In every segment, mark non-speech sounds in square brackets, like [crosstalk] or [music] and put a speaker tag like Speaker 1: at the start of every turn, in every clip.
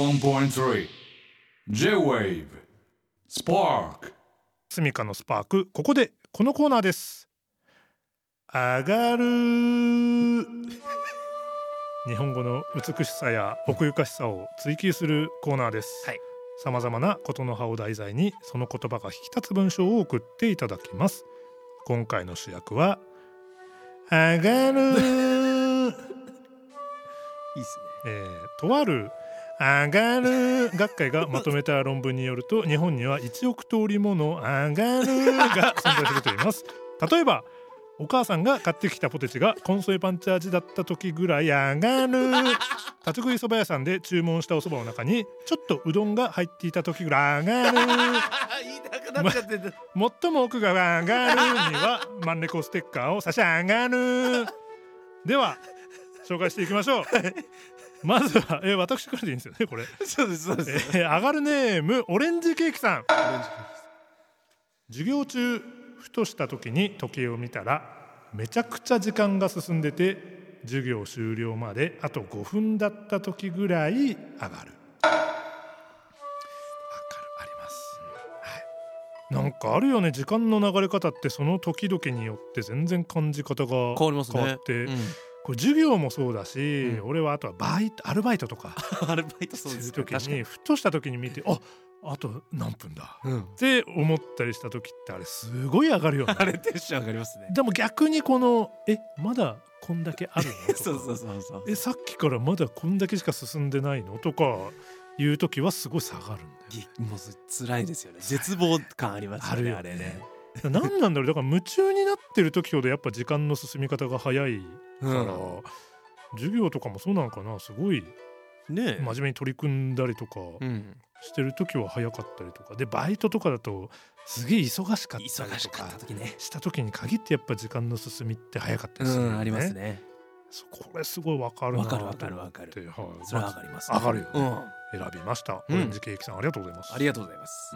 Speaker 1: 81.3 J-Wave Spark
Speaker 2: スミカのスパークここでこのコーナーです上がる日本語の美しさや奥ゆかしさを追求するコーナーです
Speaker 3: はい
Speaker 2: さまざまなことの葉を題材にその言葉が引き立つ文章を送っていただきます今回の主役は上がる
Speaker 3: いいっすね
Speaker 2: えーとある上がる学会がまとめた論文によると日本には1億通りもの上がるが存在するといいます例えばお母さんが買ってきたポテチがコンソメパンチ味だった時ぐらい上がる立ち食いそば屋さんで注文したおそばの中にちょっとうどんが入っていた時ぐらい上がる
Speaker 3: 言いたくなっちゃってた、
Speaker 2: 最も奥が上がるにはマンレコステッカーを差し上がるでは紹介していきましょうまずは、えー私からでいいんですよねこれ、
Speaker 3: [laughs] そうですそう
Speaker 2: え
Speaker 3: です
Speaker 2: ー上がるネームオレンジケーキさん授業中ふとした時に時計を見たらめちゃくちゃ時間が進んでて授業終了まであと5分だった時ぐらい上がる上がるあります、はい、なんかあるよね時間の流れ方ってその時々によって全然感じ方が変
Speaker 3: 変わりますね
Speaker 2: わって、
Speaker 3: う
Speaker 2: これ授業もそうだし、
Speaker 3: うん
Speaker 2: 俺はあとはバイトアルバイトとか
Speaker 3: ん、アルバイトそうですす
Speaker 2: る
Speaker 3: ね
Speaker 2: 時
Speaker 3: 確か
Speaker 2: にふとした時に見てああと何分だ
Speaker 3: に、うん、
Speaker 2: って思ったりした時ってあれすごい上がるよね
Speaker 3: あれテンション上がりますね
Speaker 2: でも逆にこのえまだこんだけあるのとか
Speaker 3: [laughs] そうそうそうそう
Speaker 2: えさっきからまだこんだけしか進んでないのとかいう時はすごい下がるんだよ
Speaker 3: ぎもうそ辛いですよね絶望感ありますよね
Speaker 2: あ
Speaker 3: あ
Speaker 2: る
Speaker 3: れ
Speaker 2: よね
Speaker 3: ね
Speaker 2: 何なんだろうだから夢中になってる時ほどやっぱ時間の進み方が早いから、授業とかもそうなんかなすごい
Speaker 3: うんねえ
Speaker 2: 真面目に取り組んだりとか
Speaker 3: うん
Speaker 2: してる時は早かったりとかでバイトとかだとすげえ忙しかったり
Speaker 3: 忙
Speaker 2: と
Speaker 3: しか
Speaker 2: か
Speaker 3: った時ね
Speaker 2: した時に限ってやっぱ時間の進みって早かった
Speaker 3: う
Speaker 2: りするよ
Speaker 3: んありますね
Speaker 2: そうこれすごいわかるな
Speaker 3: わかるわかるわかる
Speaker 2: と思ってはい
Speaker 3: それは上がります
Speaker 2: 上がるよね
Speaker 3: うん
Speaker 2: 選びました。オ
Speaker 3: うん
Speaker 2: レンジケーキさん、ありがとうございます。
Speaker 3: ありがとうございます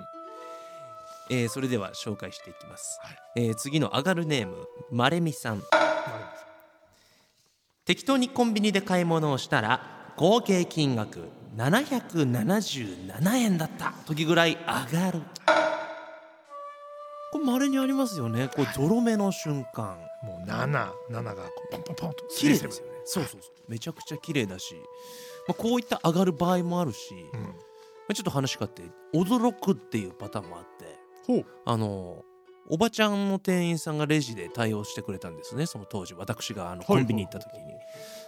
Speaker 3: えーそれでは紹介していきます
Speaker 2: はい
Speaker 3: えー次の上がるネームまれみさん
Speaker 2: は
Speaker 3: 適当にコンビニで買い物をしたら合計金額777円だった時ぐらい上がるこれ稀にありますよねこうゾロ目の瞬間
Speaker 2: い。もう七、七がこうポンポンポンと。
Speaker 3: 綺麗ですよね
Speaker 2: セ
Speaker 3: そ
Speaker 2: ブ
Speaker 3: う
Speaker 2: ン
Speaker 3: そうそうめちゃくちゃ綺麗だし、まあ、こういった上がる場合もあるし、ま
Speaker 2: うん。
Speaker 3: あ、ちょっと話変わって驚くっていうパターンもあって
Speaker 2: ほう。
Speaker 3: あのおばちゃんの店員さんがレジで対応してくれたんですねその当時私があ
Speaker 2: い
Speaker 3: の
Speaker 2: はい
Speaker 3: コンビニ行った時に。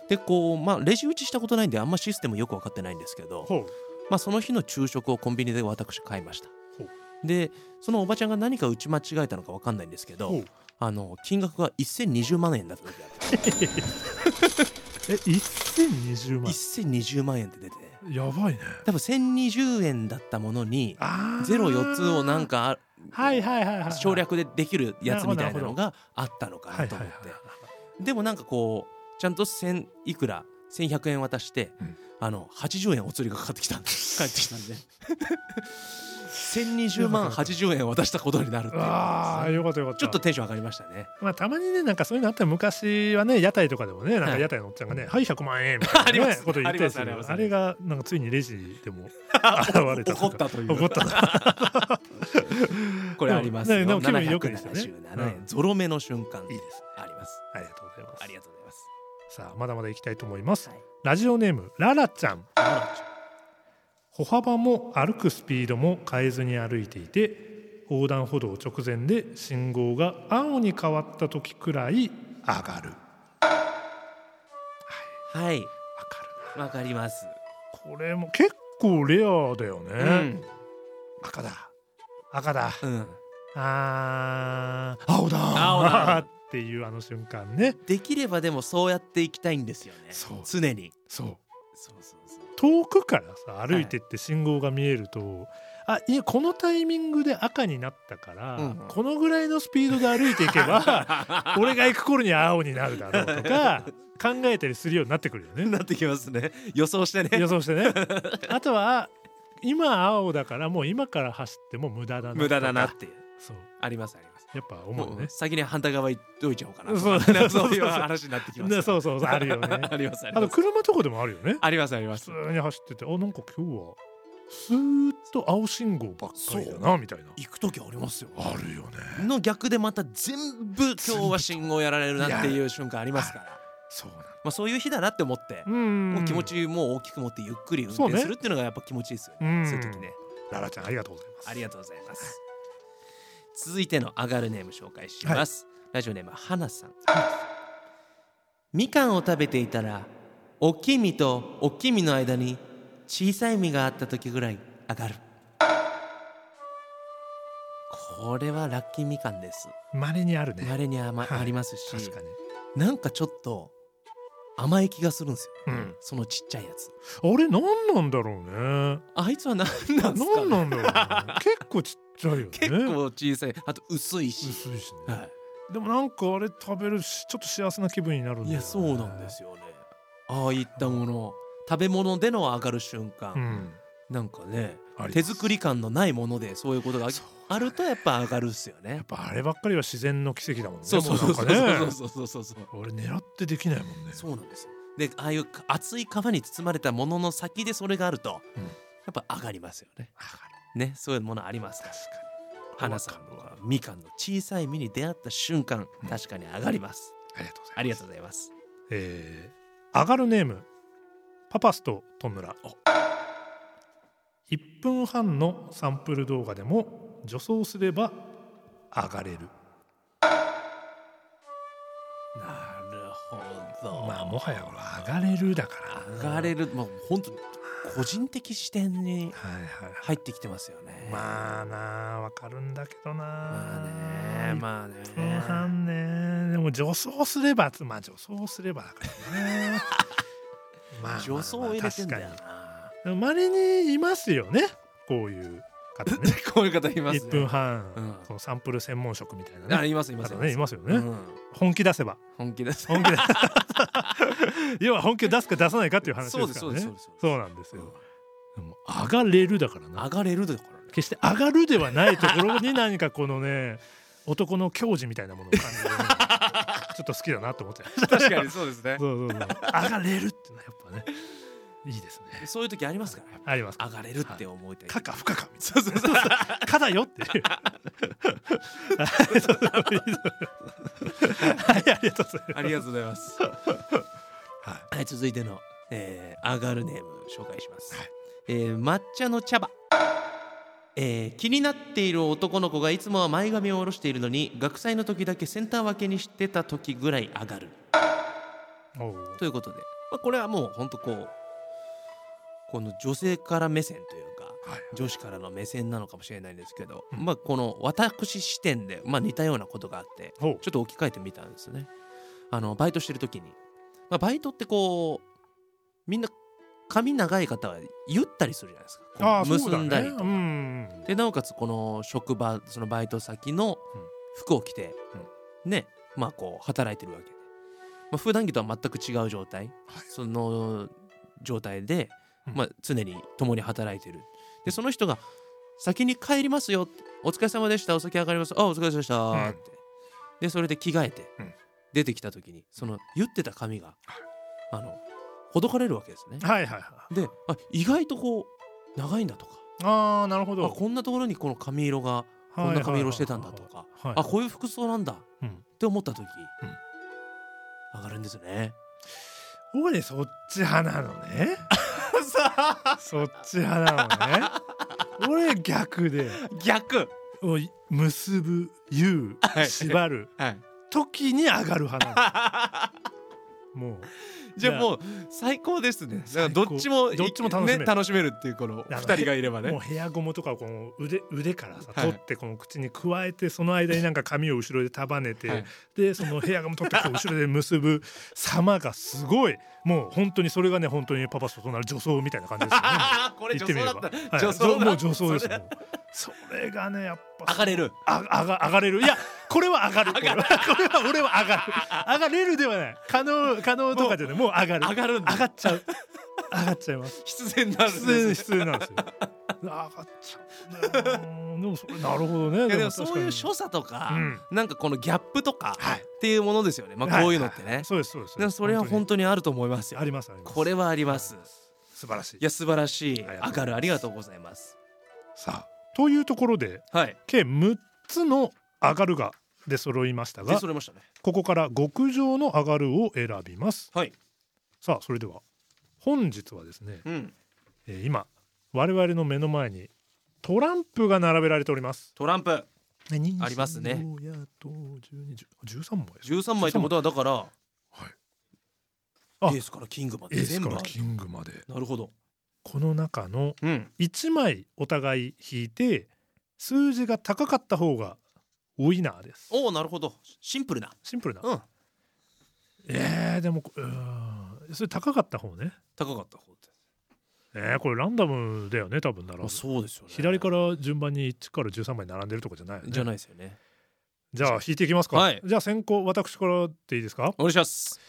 Speaker 3: でこうまあレジ打ちしたことないんであんまシステムよく分かってないんですけど、
Speaker 2: ほ
Speaker 3: まあ、その日の昼食をコンビニで私買いました
Speaker 2: ほ
Speaker 3: でそのおばちゃんが何か打ち間違えたのか分かんないんですけ
Speaker 2: う。ほ
Speaker 3: ど
Speaker 2: う。
Speaker 3: あの金額が1020万円だった時があって
Speaker 2: え、一千二十万。
Speaker 3: 1020万円って出て
Speaker 2: やばいね。
Speaker 3: 多分1020円だったものに
Speaker 2: あ
Speaker 3: ゼロ4つをなん
Speaker 2: か。
Speaker 3: か
Speaker 2: はいはいはいはい。
Speaker 3: 省。略でできるやつみたいなのがあったのか
Speaker 2: は
Speaker 3: ないと
Speaker 2: はい
Speaker 3: 思
Speaker 2: は
Speaker 3: っ
Speaker 2: い
Speaker 3: て。でもなんかこうちゃんと1000いくら1100円渡して、
Speaker 2: うん
Speaker 3: あの80円お釣りがかかってきたんで [laughs] 帰ってきたんで1020万80円渡したことになるっていう
Speaker 2: ああ、よかったよかった。
Speaker 3: ちょっと、テンション上がりましたね
Speaker 2: まあ、たまにね、なんか、そういうのあったら、昔はね、屋台とかでもね、なんか、
Speaker 3: はい
Speaker 2: 屋台のおっちゃんがね、はい、百万円。みたいなね
Speaker 3: あります
Speaker 2: こと言ってたりす
Speaker 3: あり
Speaker 2: る
Speaker 3: ますあります
Speaker 2: あれが、なんか、ついにレジ
Speaker 3: [laughs]
Speaker 2: でも。現れた。
Speaker 3: 怒ったという
Speaker 2: 怒った。
Speaker 3: これありますよ、
Speaker 2: ねでも気分良くですよね
Speaker 3: 777円、
Speaker 2: うん
Speaker 3: ゾロ目の瞬間
Speaker 2: いいです。
Speaker 3: あります
Speaker 2: ありがとうございます。
Speaker 3: ありがとうございます
Speaker 2: さあまだまだ行きたいと思います、
Speaker 3: はい
Speaker 2: ラジオネームララちゃん
Speaker 3: あらちょ
Speaker 2: 歩幅も歩くスピードも変えずに歩いていて横断歩道直前で信号が青に変わった時くらい上がる
Speaker 3: はい
Speaker 2: わか
Speaker 3: わかります、
Speaker 2: るなこれも結構レアだよね、
Speaker 3: うん
Speaker 2: 赤だ赤だ
Speaker 3: うん、
Speaker 2: あー青だ
Speaker 3: 青だ
Speaker 2: っていうあの瞬間ね
Speaker 3: できればでもそうやっていきたいんですよね
Speaker 2: そう
Speaker 3: 常に
Speaker 2: そう
Speaker 3: そうそうそう
Speaker 2: 遠くからさ歩いてって信号が見えると、あいやこのタイミングで赤になったから、
Speaker 3: うん
Speaker 2: このぐらいのスピードで歩いていけば
Speaker 3: [laughs]
Speaker 2: 俺が行く頃に青になるだろうとか考えたりするようになってくるよね
Speaker 3: なってきますね予想してね
Speaker 2: 予想してねあとは今青だからもう今から走っても無駄だなとか
Speaker 3: 無駄だなっていう
Speaker 2: そう
Speaker 3: ありますあります
Speaker 2: やっぱ思
Speaker 3: も
Speaker 2: う
Speaker 3: う
Speaker 2: ね
Speaker 3: 先に反対側行っといちゃおうかな
Speaker 2: そう
Speaker 3: とか [laughs] そういう話になってきます
Speaker 2: ねそうそうそうあるよね
Speaker 3: [laughs] ありますあり
Speaker 2: あと
Speaker 3: ます
Speaker 2: 車とかでもあるよね
Speaker 3: ありますあります
Speaker 2: 普通に走っててあなんか今日はスーッと青信号ばっかりだなみたいな
Speaker 3: 行く時ありますよ
Speaker 2: あるよね
Speaker 3: の逆でまた全部今日は信号やられるなっていう瞬間ありますから
Speaker 2: そうなの
Speaker 3: まあそういう日だなって思って
Speaker 2: うん
Speaker 3: もう気持ちもう大きく持ってゆっくり運
Speaker 2: そう
Speaker 3: 転
Speaker 2: ね
Speaker 3: するっていうのがやっぱ気持ちいいですよね
Speaker 2: うん
Speaker 3: そういう時ね
Speaker 2: ララちゃんありがとうございます
Speaker 3: ありがとうございます続いての上がるネーム紹介します、ラジオネームはなさんみかんを食べていたらおきみとおきみの間に小さい実があった時ぐらい上がるこれはラッキーみかんです
Speaker 2: 稀にあるね
Speaker 3: まれにあ,、ま
Speaker 2: はい
Speaker 3: ありますし
Speaker 2: 確かに
Speaker 3: なんかちょっと甘い気がするんですよ、
Speaker 2: うん
Speaker 3: そのちっちゃいやつ
Speaker 2: あれ何なんだろうね
Speaker 3: あいつは何なんですか、
Speaker 2: 何
Speaker 3: ね、
Speaker 2: なんだろうね結構ちっちゃいよね
Speaker 3: 結構小さいあと薄いし、
Speaker 2: 薄いしね
Speaker 3: は
Speaker 2: でもなんかあれ食べるしちょっと幸せな気分になるんだよ
Speaker 3: い、
Speaker 2: ね
Speaker 3: いやそうなんですよねああいったもの食べ物での上がる瞬間、
Speaker 2: うん
Speaker 3: なんかね
Speaker 2: あります
Speaker 3: 手作り感のないものでそういうことがああるとやっぱ上がるっすよね
Speaker 2: やっぱあればっかりは自然の奇跡だもんね
Speaker 3: そうそうそうそう
Speaker 2: でもなんかね
Speaker 3: そうそうそうそうそう
Speaker 2: 俺狙ってできないもんね
Speaker 3: そうなんですよでああいう厚い皮に包まれたものの先でそれがあると、
Speaker 2: うん
Speaker 3: やっぱ上がりますよね
Speaker 2: あ
Speaker 3: ねそういうものありますから花さん
Speaker 2: わか
Speaker 3: はみかんの小さい実に出会った瞬間
Speaker 2: うん
Speaker 3: 確かに上がります、
Speaker 2: ありがとうございます
Speaker 3: ありがとうございます
Speaker 2: えー、上がるネームパパスとトムラ1分半のサンプル動画でも助走すれば上がれる
Speaker 3: なるほど、
Speaker 2: まあもはやこれ上がれるだから
Speaker 3: 上がれるもう本当個人的視点に
Speaker 2: はいはいはい
Speaker 3: 入ってきてますよね
Speaker 2: まあなあわかるんだけどな
Speaker 3: まあねまあね
Speaker 2: 1分半ねでも助走すればまあ助走すればだからねまあまあまあ
Speaker 3: 助走を入れてんだよ
Speaker 2: 確か
Speaker 3: な
Speaker 2: にでも稀にいますよねこういう方ね
Speaker 3: こういう方います
Speaker 2: 1分
Speaker 3: ね
Speaker 2: 半、
Speaker 3: うん
Speaker 2: そのサンプル専門職みたいな
Speaker 3: あ
Speaker 2: ね
Speaker 3: いますいます
Speaker 2: 方ねいますよね、
Speaker 3: うん
Speaker 2: 本気出せば
Speaker 3: 本気です
Speaker 2: 本気出 [laughs] 要は本気を出すか出さないかっていう話
Speaker 3: そう
Speaker 2: で
Speaker 3: ですす
Speaker 2: か
Speaker 3: そ
Speaker 2: ら
Speaker 3: う
Speaker 2: ね
Speaker 3: です
Speaker 2: そ
Speaker 3: そ
Speaker 2: う
Speaker 3: うです
Speaker 2: なんです
Speaker 3: うん
Speaker 2: よ、でも上がれるだから
Speaker 3: 上
Speaker 2: な
Speaker 3: がれるだからね
Speaker 2: 決して上がるではないところに何かこのね男の矜持みたいなものを感じて、ね、
Speaker 3: [laughs]
Speaker 2: ちょっと好きだなと思って
Speaker 3: 確かにそうですね
Speaker 2: そうそうそう上がれるってのはやっぱねいいですね
Speaker 3: [laughs] そういう時ありますからやっ
Speaker 2: あります
Speaker 3: ぱ上がれるって思いたい
Speaker 2: かか不可かみたい
Speaker 3: そうそうそう
Speaker 2: なかだよっていうはいありがとうございます
Speaker 3: [laughs] ありがとうございます。はい、続いての、えー、上がるネーム紹介します。
Speaker 2: はい
Speaker 3: えー抹茶の茶葉。えー気になっている男の子がいつもは前髪を下ろしているのに学祭の時だけセンター分けにしてた時ぐらい上がる
Speaker 2: おう
Speaker 3: ということで、まあ、これはもうほんとこうこの女性から目線というか
Speaker 2: はい
Speaker 3: 女子からの目線なのかもしれないんですけど、
Speaker 2: うん
Speaker 3: まあこの私視点で、まあ、似たようなことがあって
Speaker 2: ほう
Speaker 3: ちょっと置き換えてみたんですね。あのバイトしてる時に、まあ、バイトってこうみんな髪長い方は言ったりするじゃないですかこう
Speaker 2: ああそう
Speaker 3: 結
Speaker 2: だ
Speaker 3: ん
Speaker 2: ね
Speaker 3: だりとか
Speaker 2: うん
Speaker 3: でなおかつこの職場そのバイト先の
Speaker 2: うん
Speaker 3: 服を着て、ねまあこう働いてるわけで、まあ、普段着とは全く違う状態、その状態で、
Speaker 2: うん
Speaker 3: まあ、常に共に働いてるでその人が先に帰りますよお疲れ様でしたお先上がりますあお疲れ様でした、
Speaker 2: うん
Speaker 3: ってでそれで着替えて、
Speaker 2: うん
Speaker 3: 出てきた時にその言ってた髪が、あのほどかれるわけですね
Speaker 2: はいはいはい
Speaker 3: であ意外とこう長いんだとか
Speaker 2: ああなるほ
Speaker 3: あ
Speaker 2: ど
Speaker 3: こんなところにこの髪色がこんな髪色してたんだとか、
Speaker 2: はい
Speaker 3: あこういう服装なんだっ
Speaker 2: うん
Speaker 3: て思った
Speaker 2: う
Speaker 3: 時、
Speaker 2: ん
Speaker 3: 上がるんですね。
Speaker 2: 俺そっち派なのね
Speaker 3: [laughs]
Speaker 2: そっち派なのね俺逆で
Speaker 3: 逆
Speaker 2: おい結ぶ言う
Speaker 3: はい
Speaker 2: 縛る
Speaker 3: はい
Speaker 2: 時に上がる派な
Speaker 3: [laughs]
Speaker 2: のもう
Speaker 3: じゃあもう最高ですね。だから
Speaker 2: 最高
Speaker 3: どっちも
Speaker 2: どっちも楽しめる
Speaker 3: ね、楽しめるっていうこの
Speaker 2: あの
Speaker 3: 二人がいれば
Speaker 2: も
Speaker 3: ね
Speaker 2: う。ヘアゴムとかをこの腕腕からさ
Speaker 3: はい
Speaker 2: 取ってこの口に加えてその間になんか髪を後ろで束ねて、
Speaker 3: はい
Speaker 2: でそのヘアゴム取ってこう後ろで結ぶ様がすごいもう本当にそれがね本当にパパと隣女装みたいな感じですよね。
Speaker 3: [laughs] ああこれ
Speaker 2: 言って
Speaker 3: 女
Speaker 2: みれ
Speaker 3: 装だ
Speaker 2: ば
Speaker 3: っ
Speaker 2: は
Speaker 3: た。
Speaker 2: い
Speaker 3: 女装だ
Speaker 2: もう女装です
Speaker 3: それ
Speaker 2: もうそれがねやっぱ
Speaker 3: 上がれる。
Speaker 2: あ上が上がれるいやこれは上がるこれはこれは俺は上がる上がれるではない可能可能とかじゃないもう上がる
Speaker 3: 上がるんだ
Speaker 2: 上がっちゃう上がっちゃいます [laughs]
Speaker 3: 必然なんで
Speaker 2: 必然
Speaker 3: すね。
Speaker 2: 必然なんですよ上がっちゃうねもうでもそれなるほどね
Speaker 3: いやでも
Speaker 2: 確かに
Speaker 3: そういう所作とか、
Speaker 2: うん
Speaker 3: なんかこのギャップとか
Speaker 2: はい
Speaker 3: っていうものですよね、ま
Speaker 2: は
Speaker 3: あ、
Speaker 2: い
Speaker 3: こういうのってね、
Speaker 2: そうですそうです
Speaker 3: だからそれは本当にあると思います
Speaker 2: に
Speaker 3: よ
Speaker 2: ありますあります
Speaker 3: これはあります
Speaker 2: 素晴らしい
Speaker 3: いや素晴らしい
Speaker 2: ありがとうございます
Speaker 3: 上がるありがとうございます
Speaker 1: さ
Speaker 2: というところで
Speaker 3: はい
Speaker 2: 計6つの上がるが出揃いました
Speaker 3: で
Speaker 2: が
Speaker 3: それましたね
Speaker 2: ここから極上の上がるを選びます
Speaker 3: はい
Speaker 2: さあそれでは本日はですね、
Speaker 3: うん
Speaker 2: えー今我々の目の前にトランプが並べられております
Speaker 3: トランプ
Speaker 2: あ
Speaker 3: りますね
Speaker 2: やと12 13枚です
Speaker 3: 13枚ってことはだから
Speaker 2: あ
Speaker 3: エースからキングま
Speaker 2: エ
Speaker 3: で
Speaker 2: ース
Speaker 3: 全部
Speaker 2: から
Speaker 3: な
Speaker 2: キングまで
Speaker 3: るほど
Speaker 2: この中の
Speaker 3: うん
Speaker 2: 1枚お互い引いて数字が高かった方がウィナーです
Speaker 3: おおなるほどシンプルな
Speaker 2: シンプルな、
Speaker 3: うん
Speaker 2: えー、でもこうーんそれ高かった方ね
Speaker 3: 高かった方って
Speaker 2: えー、これランダムだよね多分なら
Speaker 3: そうですよね
Speaker 2: 左から順番に1から13枚並んでるとかじゃないよね
Speaker 3: じゃないですよね
Speaker 2: じゃあ引いていきますか、
Speaker 3: はい
Speaker 2: じゃあ先行私からっていいですか
Speaker 3: お願いします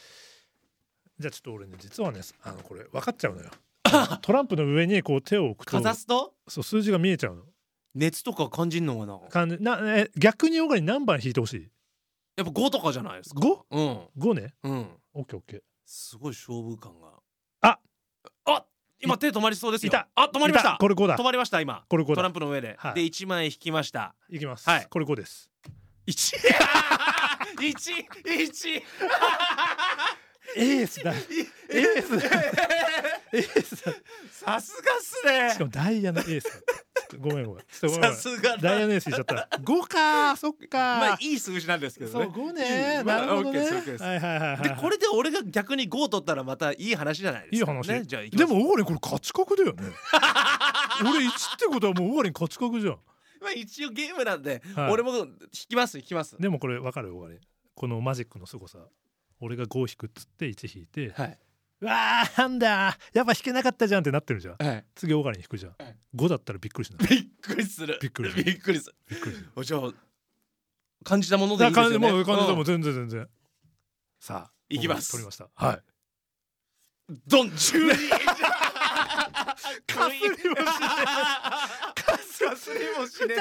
Speaker 2: じゃあちょっと俺ね実はねあのこれ分かっちゃう
Speaker 3: [laughs]
Speaker 2: のよトランプの上にこう手を置く
Speaker 3: か
Speaker 2: と
Speaker 3: ざすと
Speaker 2: そう数字が見えちゃうの
Speaker 3: 熱とか感じんのかな
Speaker 2: 感じなえ逆にオガに何番引いてほしい
Speaker 3: やっぱ5とかじゃないですか
Speaker 2: 5?5
Speaker 3: うん
Speaker 2: ね
Speaker 3: うん
Speaker 2: オッケーオッケー
Speaker 3: すごい勝負感が
Speaker 2: あ
Speaker 3: あ今手止まりそうですよ
Speaker 2: いた
Speaker 3: あ止まりまし
Speaker 2: い
Speaker 3: た
Speaker 2: これ5だ
Speaker 3: [laughs] 止まりました今
Speaker 2: これ5
Speaker 3: トラ
Speaker 2: だ
Speaker 3: ンプの上で、
Speaker 2: はい
Speaker 3: で1枚引きました
Speaker 2: いきます、
Speaker 3: はい
Speaker 2: これ5です
Speaker 3: [laughs] 1 1
Speaker 2: [laughs]
Speaker 3: 1
Speaker 2: エースだエースだエースだ
Speaker 3: さすがっすね
Speaker 2: しかもダイヤのエースだちょっとごめんごめんちょっとごめんご
Speaker 3: さ
Speaker 2: めん
Speaker 3: すが
Speaker 2: ダイヤ
Speaker 3: だ
Speaker 2: のエース引いちゃった5かそっか
Speaker 3: まあいい数字なんですけど
Speaker 2: そう
Speaker 3: ね
Speaker 2: 5
Speaker 3: い
Speaker 2: ね
Speaker 3: い
Speaker 2: なるほどね
Speaker 3: まあ OK です OK です
Speaker 2: はいはいはいはい
Speaker 3: でこれで俺が逆に5取ったらまたいい話じゃないですか、
Speaker 2: いい話
Speaker 3: ね、じゃあ行きま
Speaker 2: ですもオーガリンこれ勝ち確だよね
Speaker 3: [laughs]
Speaker 2: 俺1ってことはもうオーガリン勝ち確じゃん
Speaker 3: まあ一応ゲームなんで、
Speaker 2: はい
Speaker 3: 俺も引きます引きます
Speaker 2: でもこれ分かるオーガリンこのマジックの凄さ俺が5引くっつって1引いて
Speaker 3: はいう
Speaker 2: わーなんだやっぱ引けなかったじゃんってなってるじゃん
Speaker 3: はい
Speaker 2: 次オーガリン引くじゃん
Speaker 3: はい
Speaker 2: 5だったらびっくりし
Speaker 3: [laughs]
Speaker 2: ない
Speaker 3: びっくりする
Speaker 2: びっくりする
Speaker 3: びっくりする
Speaker 2: びっくりする
Speaker 3: おじゃあ感じたもので
Speaker 2: だ
Speaker 3: いいん
Speaker 2: から
Speaker 3: で
Speaker 2: 感
Speaker 3: す
Speaker 2: じ
Speaker 3: よね
Speaker 2: もう感じたも
Speaker 3: うん
Speaker 2: ん全然全然
Speaker 3: さあ行きま
Speaker 2: 取り
Speaker 3: す
Speaker 2: ましたはい
Speaker 3: ドン12
Speaker 2: [laughs] かすりもしね
Speaker 3: えかすりもしね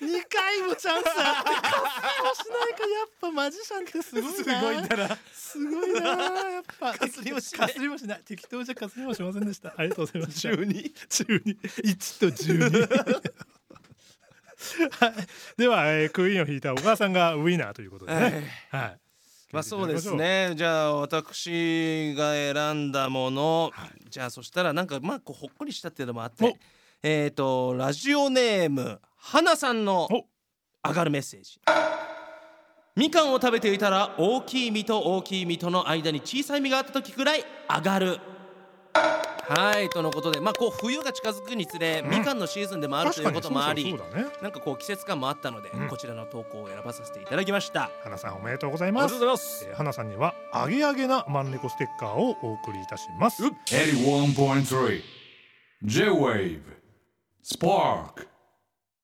Speaker 2: 2回もチャンスあってかすりもしないかやっぱマジシャンってす
Speaker 3: えすごいんだな
Speaker 2: すごいなあやっぱ
Speaker 3: かすりもしな
Speaker 2: か
Speaker 3: い
Speaker 2: すりもしない適当じゃかすりもしませんでしたありがとうございました
Speaker 3: 12
Speaker 2: 12 1と12 [laughs] はいでは、えークイーンを引いた小川さんがウィナーということでねはい
Speaker 3: まあそうですねじゃあ私が選んだもの、じゃあそしたらなんかまあこうほっこりしたっていうのもあっ
Speaker 2: お
Speaker 3: てえっ、とラジオネームはなさんの
Speaker 2: お
Speaker 3: 上がるメッセージみかんを食べていたら大きい実と大きい実との間に小さい実があった時くらい上がるはいとのことでまあこう冬が近づくにつれ、みかんのシーズンでもある
Speaker 2: 確
Speaker 3: とい
Speaker 2: か
Speaker 3: う
Speaker 2: に
Speaker 3: こともあり
Speaker 2: そうそうそうだね
Speaker 3: なんかこう季節感もあったので、
Speaker 2: うん
Speaker 3: こちらの投稿を選ばさせていただきましたあ
Speaker 2: 花さんおめでとうござい
Speaker 3: りが
Speaker 2: ま
Speaker 3: とう
Speaker 2: す
Speaker 3: ございます
Speaker 2: えー花さんにはアゲアゲなマンレコステッカーをお送りいたします
Speaker 1: あ81.3 J-Wave Spark